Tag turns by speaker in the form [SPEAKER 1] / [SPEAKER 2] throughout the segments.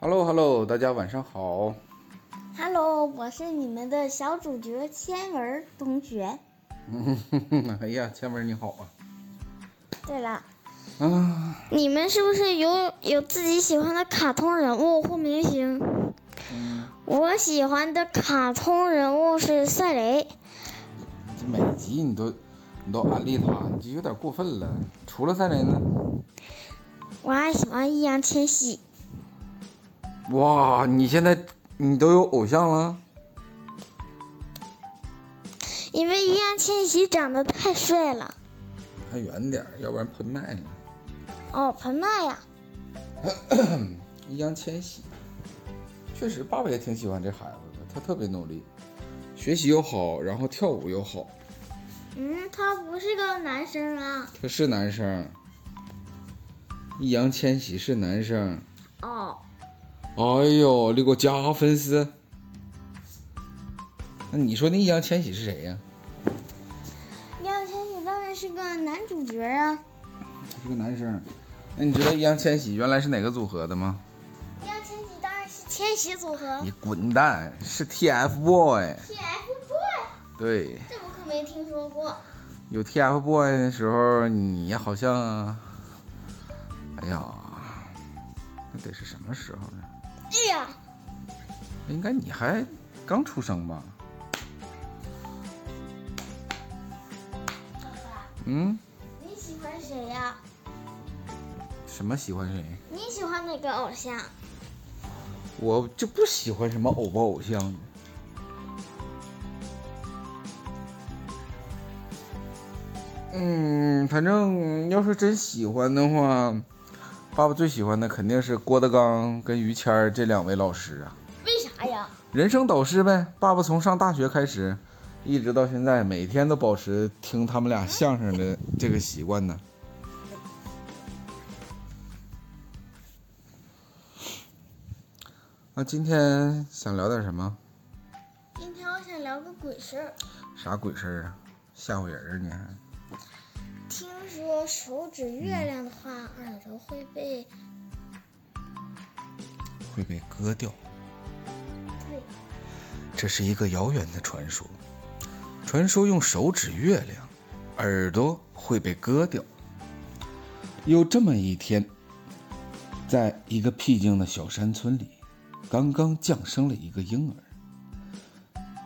[SPEAKER 1] h e l l o h e l l o 大家晚上好。
[SPEAKER 2] Hello，我是你们的小主角千文儿同学。
[SPEAKER 1] 哎呀，千文你好啊！
[SPEAKER 2] 对了，
[SPEAKER 1] 啊，
[SPEAKER 2] 你们是不是有有自己喜欢的卡通人物或明星？我喜欢的卡通人物是赛雷。
[SPEAKER 1] 这每集你都你都安利他，你这有点过分了。除了赛雷呢？
[SPEAKER 2] 我还喜欢易烊千玺。
[SPEAKER 1] 哇，你现在你都有偶像了？
[SPEAKER 2] 因为易烊千玺长得太帅了。
[SPEAKER 1] 还远点儿，要不然喷麦呢。
[SPEAKER 2] 哦，彭麦呀，
[SPEAKER 1] 易烊千玺，确实，爸爸也挺喜欢这孩子的，他特别努力，学习又好，然后跳舞又好。
[SPEAKER 2] 嗯，他不是个男生啊。
[SPEAKER 1] 他是男生，易烊千玺是男生。
[SPEAKER 2] 哦，
[SPEAKER 1] 哎呦，你给我加粉丝。那你说那易烊千玺是谁呀、
[SPEAKER 2] 易烊千玺当然是个男主角啊。
[SPEAKER 1] 他是个男生。那你知道易烊千玺原来是哪个组合的吗？
[SPEAKER 2] 易烊千玺当然是千玺组合。
[SPEAKER 1] 你滚蛋，是 TFBOY。
[SPEAKER 2] TFBOYS。
[SPEAKER 1] 对，
[SPEAKER 2] 这我可没听说过。
[SPEAKER 1] 有 TFBOY 的时候，你好像，哎呀，那得是什么时候呢？
[SPEAKER 2] 哎呀，
[SPEAKER 1] 应该你还刚出生吧？
[SPEAKER 2] 爸爸，
[SPEAKER 1] 嗯，
[SPEAKER 2] 你喜欢谁呀、
[SPEAKER 1] 什么喜欢谁？
[SPEAKER 2] 你喜欢哪个偶像？
[SPEAKER 1] 我就不喜欢什么偶不偶像的。嗯，反正要是真喜欢的话，爸爸最喜欢的肯定是郭德纲跟于谦儿这两位老师啊，
[SPEAKER 2] 为啥呀？
[SPEAKER 1] 人生导师呗。爸爸从上大学开始，一直到现在，每天都保持听他们俩相声的这个习惯呢。那今天想聊点什么？
[SPEAKER 2] 今天我想聊个鬼事儿。
[SPEAKER 1] 啥鬼事儿啊？吓唬人儿啊你还？
[SPEAKER 2] 听说手指月亮的话，耳朵会被
[SPEAKER 1] 会被割掉。
[SPEAKER 2] 对
[SPEAKER 1] 这是一个遥远的传说，传说用手指月亮，耳朵会被割掉。有这么一天，在一个僻静的小山村里，刚刚降生了一个婴儿。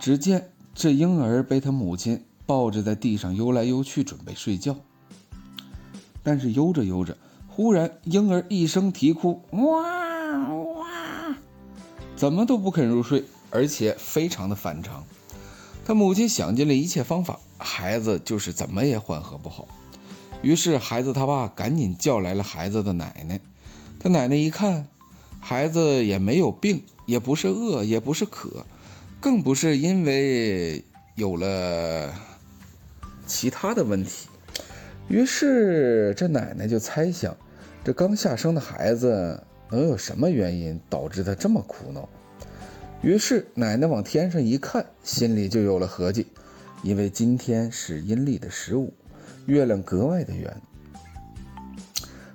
[SPEAKER 1] 只见这婴儿被他母亲抱着在地上悠来悠去，准备睡觉。但是悠着悠着，忽然婴儿一声啼哭，哇哇！怎么都不肯入睡，而且非常的反常。他母亲想尽了一切方法，孩子就是怎么也缓和不好。于是孩子他爸赶紧叫来了孩子的奶奶。他奶奶一看，孩子也没有病，也不是饿，也不是渴，更不是因为有了其他的问题。于是这奶奶就猜想，这刚下生的孩子能有什么原因导致他这么苦恼？于是奶奶往天上一看，心里就有了合计，因为今天是阴历的十五，月亮格外的圆。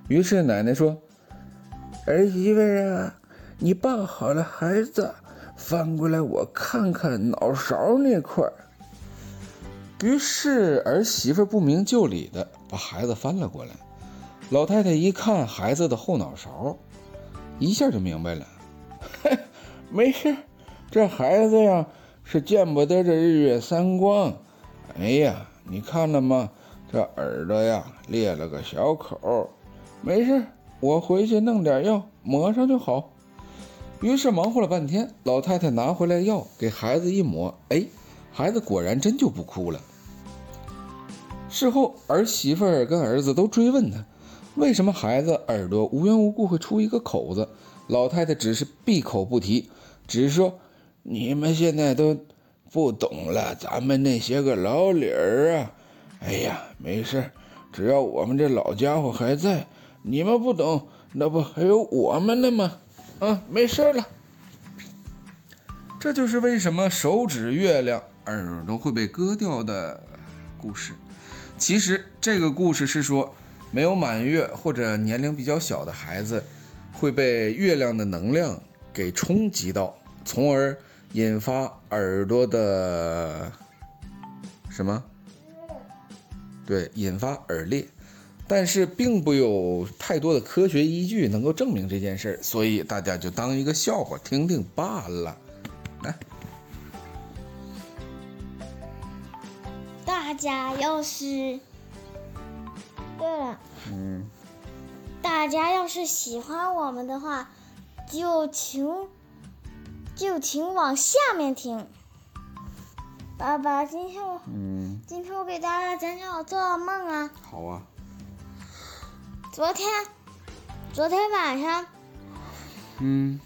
[SPEAKER 1] 于是奶奶说：“儿媳妇儿啊，你抱好了孩子，翻过来我看看脑勺那块儿。”于是儿媳妇不明就里的把孩子翻了过来，老太太一看孩子的后脑勺，一下就明白了，没事儿，这孩子呀是见不得这日月三光。哎呀，你看了吗？这耳朵呀裂了个小口儿，没事儿，我回去弄点药抹上就好。于是忙活了半天，老太太拿回来药给孩子一抹，哎，孩子果然真就不哭了。事后，儿媳妇儿跟儿子都追问他，为什么孩子耳朵无缘无故会出一个口子？老太太只是闭口不提，只是说：“你们现在都不懂了，咱们那些个老理儿啊，哎呀，没事儿，只要我们这老家伙还在，你们不懂，那不还有我们呢吗？啊，没事儿了。”这就是为什么手指月亮耳朵会被割掉的故事。其实这个故事是说，没有满月或者年龄比较小的孩子会被月亮的能量给冲击到，从而引发耳朵的什么？对，引发耳裂。但是并不有太多的科学依据能够证明这件事儿，所以大家就当一个笑话听听罢了。来，
[SPEAKER 2] 大家要是，对了，
[SPEAKER 1] 嗯，
[SPEAKER 2] 大家要是喜欢我们的话，就请就请往下面听。爸爸，今天我
[SPEAKER 1] 嗯，
[SPEAKER 2] 今天我给大家讲讲我做的梦啊。
[SPEAKER 1] 好啊，
[SPEAKER 2] 昨天，昨天晚上
[SPEAKER 1] 嗯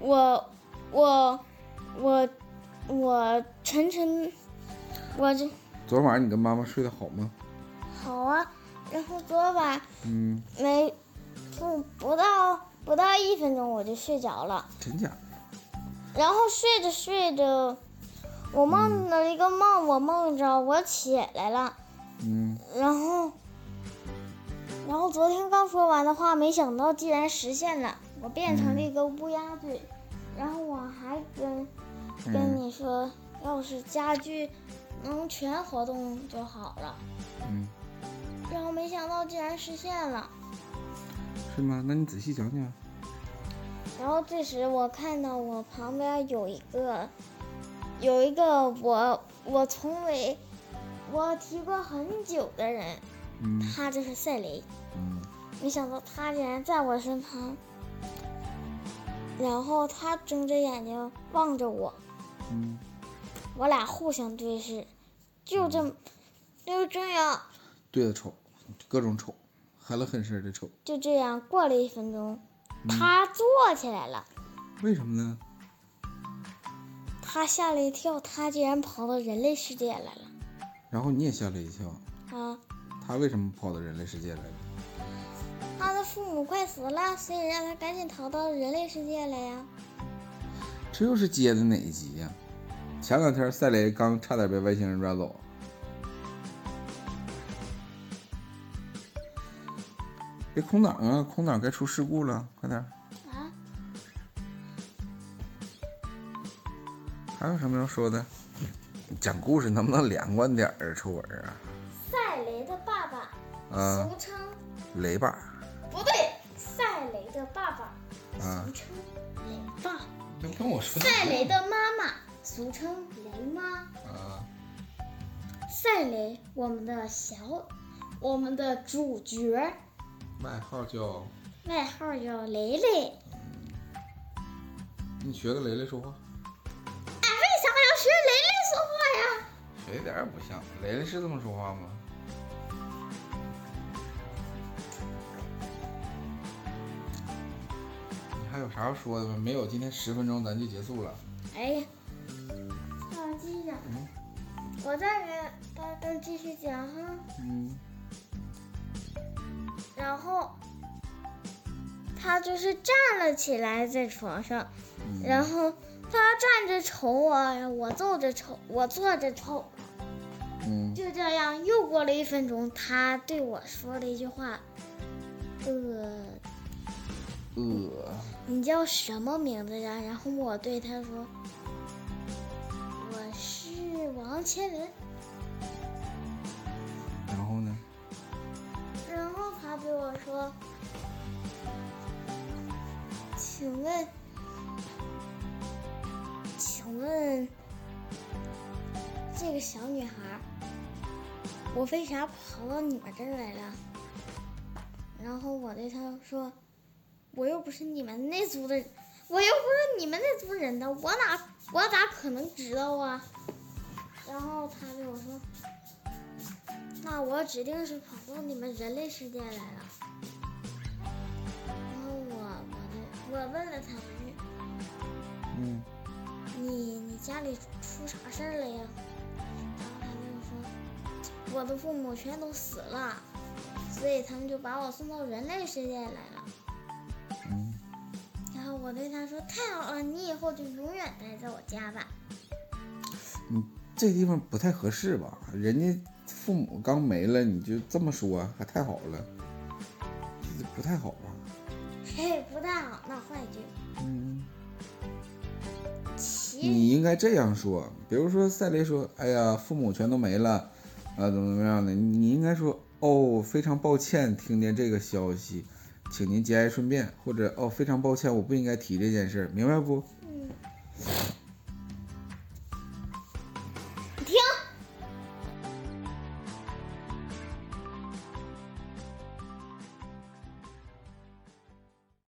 [SPEAKER 2] 我我我我晨晨，我这
[SPEAKER 1] 昨晚你跟妈妈睡得好吗？
[SPEAKER 2] 好啊。然后昨晚
[SPEAKER 1] 嗯，
[SPEAKER 2] 没不不到不到一分钟我就睡着了，
[SPEAKER 1] 真假？
[SPEAKER 2] 然后睡着睡着，我梦了一个梦，我梦着我起来了，
[SPEAKER 1] 嗯，
[SPEAKER 2] 然后然后昨天刚说完的话，没想到竟然实现了，我变成了一个乌鸦嘴，然后我还跟跟
[SPEAKER 1] 嗯
[SPEAKER 2] 你说，要是家具能全活动就好了，
[SPEAKER 1] 嗯，
[SPEAKER 2] 然后没想到竟然实现了。
[SPEAKER 1] 是吗？那你仔细讲讲。
[SPEAKER 2] 然后这时我看到我旁边有一个，有一个我我从未我提过很久的人，
[SPEAKER 1] 嗯
[SPEAKER 2] 他就是赛雷。
[SPEAKER 1] 嗯
[SPEAKER 2] 没想到他竟然在我身旁，然后他睁着眼睛望着我，
[SPEAKER 1] 嗯，
[SPEAKER 2] 我俩互相对视，就这么就这样
[SPEAKER 1] 对的丑，各种丑，含了狠心儿的丑，
[SPEAKER 2] 就这样过了一分钟，
[SPEAKER 1] 嗯
[SPEAKER 2] 他坐起来了，
[SPEAKER 1] 为什么呢？
[SPEAKER 2] 他吓了一跳，他竟然跑到人类世界来了
[SPEAKER 1] 然后你也吓了一跳，
[SPEAKER 2] 啊！
[SPEAKER 1] 他为什么跑到人类世界来了？
[SPEAKER 2] 他的父母快死了，所以让他赶紧逃到人类世界来呀。
[SPEAKER 1] 这又是接的哪一集呀、前两天赛雷刚差点被外星人抓走，别空档啊，空档该出事故了，快点儿！
[SPEAKER 2] 啊，
[SPEAKER 1] 还有什么要说的？讲故事能不能连贯点儿啊，臭文儿
[SPEAKER 2] 赛雷的爸爸，
[SPEAKER 1] 啊？啊，
[SPEAKER 2] 俗称
[SPEAKER 1] 雷爸，
[SPEAKER 2] 不对，赛雷的爸爸，
[SPEAKER 1] 啊
[SPEAKER 2] 俗称雷爸；
[SPEAKER 1] 都跟我说
[SPEAKER 2] 赛雷的妈妈，俗称雷妈。
[SPEAKER 1] 啊，
[SPEAKER 2] 赛雷，我们的小，我们的主角，
[SPEAKER 1] 外号叫
[SPEAKER 2] 外号叫雷雷。
[SPEAKER 1] 你学个雷雷说话，
[SPEAKER 2] 哎，为啥要学雷雷说话呀？
[SPEAKER 1] 学一点儿也不像，雷雷是这么说话吗？你还有啥要说的吗？没有，今天十分钟咱就结束了。
[SPEAKER 2] 哎呀，忘记了，
[SPEAKER 1] 嗯
[SPEAKER 2] 我再给大家都继续讲哈。
[SPEAKER 1] 嗯
[SPEAKER 2] 然后他就是站了起来在床上，然后他站着瞅我，我坐着瞅，我坐着瞅，
[SPEAKER 1] 嗯，
[SPEAKER 2] 就这样又过了一分钟，他对我说了一句话：“呃，
[SPEAKER 1] 呃，
[SPEAKER 2] 你叫什么名字呀？”然后我对他说：“我是王千文。
[SPEAKER 1] 然后呢？”
[SPEAKER 2] 然后他对我说：“请问，请问，这个小女孩儿，我为啥跑到你们这儿来了？”然后我对他说：“我又不是你们那族的，我又不是你们那族人的，我哪我咋可能知道啊？”然后他对我说：“那我指定是跑到你们人类世界来了。然后我我的我问了他一句
[SPEAKER 1] 嗯，：“
[SPEAKER 2] 你你家里出啥事儿了呀？”然后他就说：“我的父母全都死了，所以他们就把我送到人类世界来了。”
[SPEAKER 1] 嗯，
[SPEAKER 2] 然后我对他说：“太好了，你以后就永远待在我家吧。
[SPEAKER 1] 你这地方不太合适吧？人家父母刚没了，你就这么说，还太好了，这不太好吧？”啊
[SPEAKER 2] 嘿，不太好，那换一句。
[SPEAKER 1] 嗯，你应该这样说，比如说赛雷说：“哎呀，父母全都没了，啊，怎么怎么样的？”你应该说：“哦，非常抱歉，听见这个消息，请您节哀顺变。”或者“哦，非常抱歉，我不应该提这件事儿，明白不？”
[SPEAKER 2] 嗯